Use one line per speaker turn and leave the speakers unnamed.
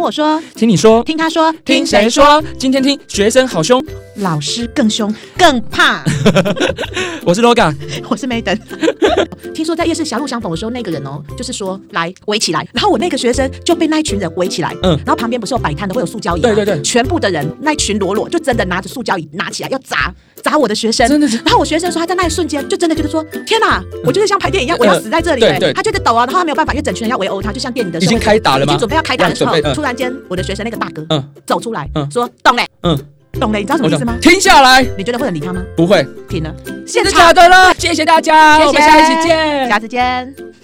我说，
听你说，
听他说，
听谁说？今天听学生好凶，
老师更凶更怕。
我是 LOGA，
我是 Maiden。听说在夜市狭路相逢的时候，那个人哦，就是说来围起来，然后我那个学生就被那一群人围起来，
嗯
嗯，然后旁边不是有摆摊的，会有塑胶椅、
对对对
全部的人那一群裸裸就真的拿着塑胶椅拿起来要砸砸我的学生，
真的是
然后我学生说他在那一瞬间就真的觉得说，天哪，我就是像拍电影一样，我要死在这里、
嗯对
欸
对
他就在抖啊，然后他没有办法，因为整群人要围殴他，就像电影的
已
时候
经开打了吗
已经准备要开打的时候
要准备，嗯
突然间我的学生那个大哥，
嗯
嗯，走出来，
嗯
说懂嘞，
嗯，
懂嘞，你知道什么
我
意
懂
思吗？
停下来，
你觉得会很理他吗？
不会，
停了，现
真的
场
假的啦？谢谢大家，
谢谢
我们下一期见。
下次见。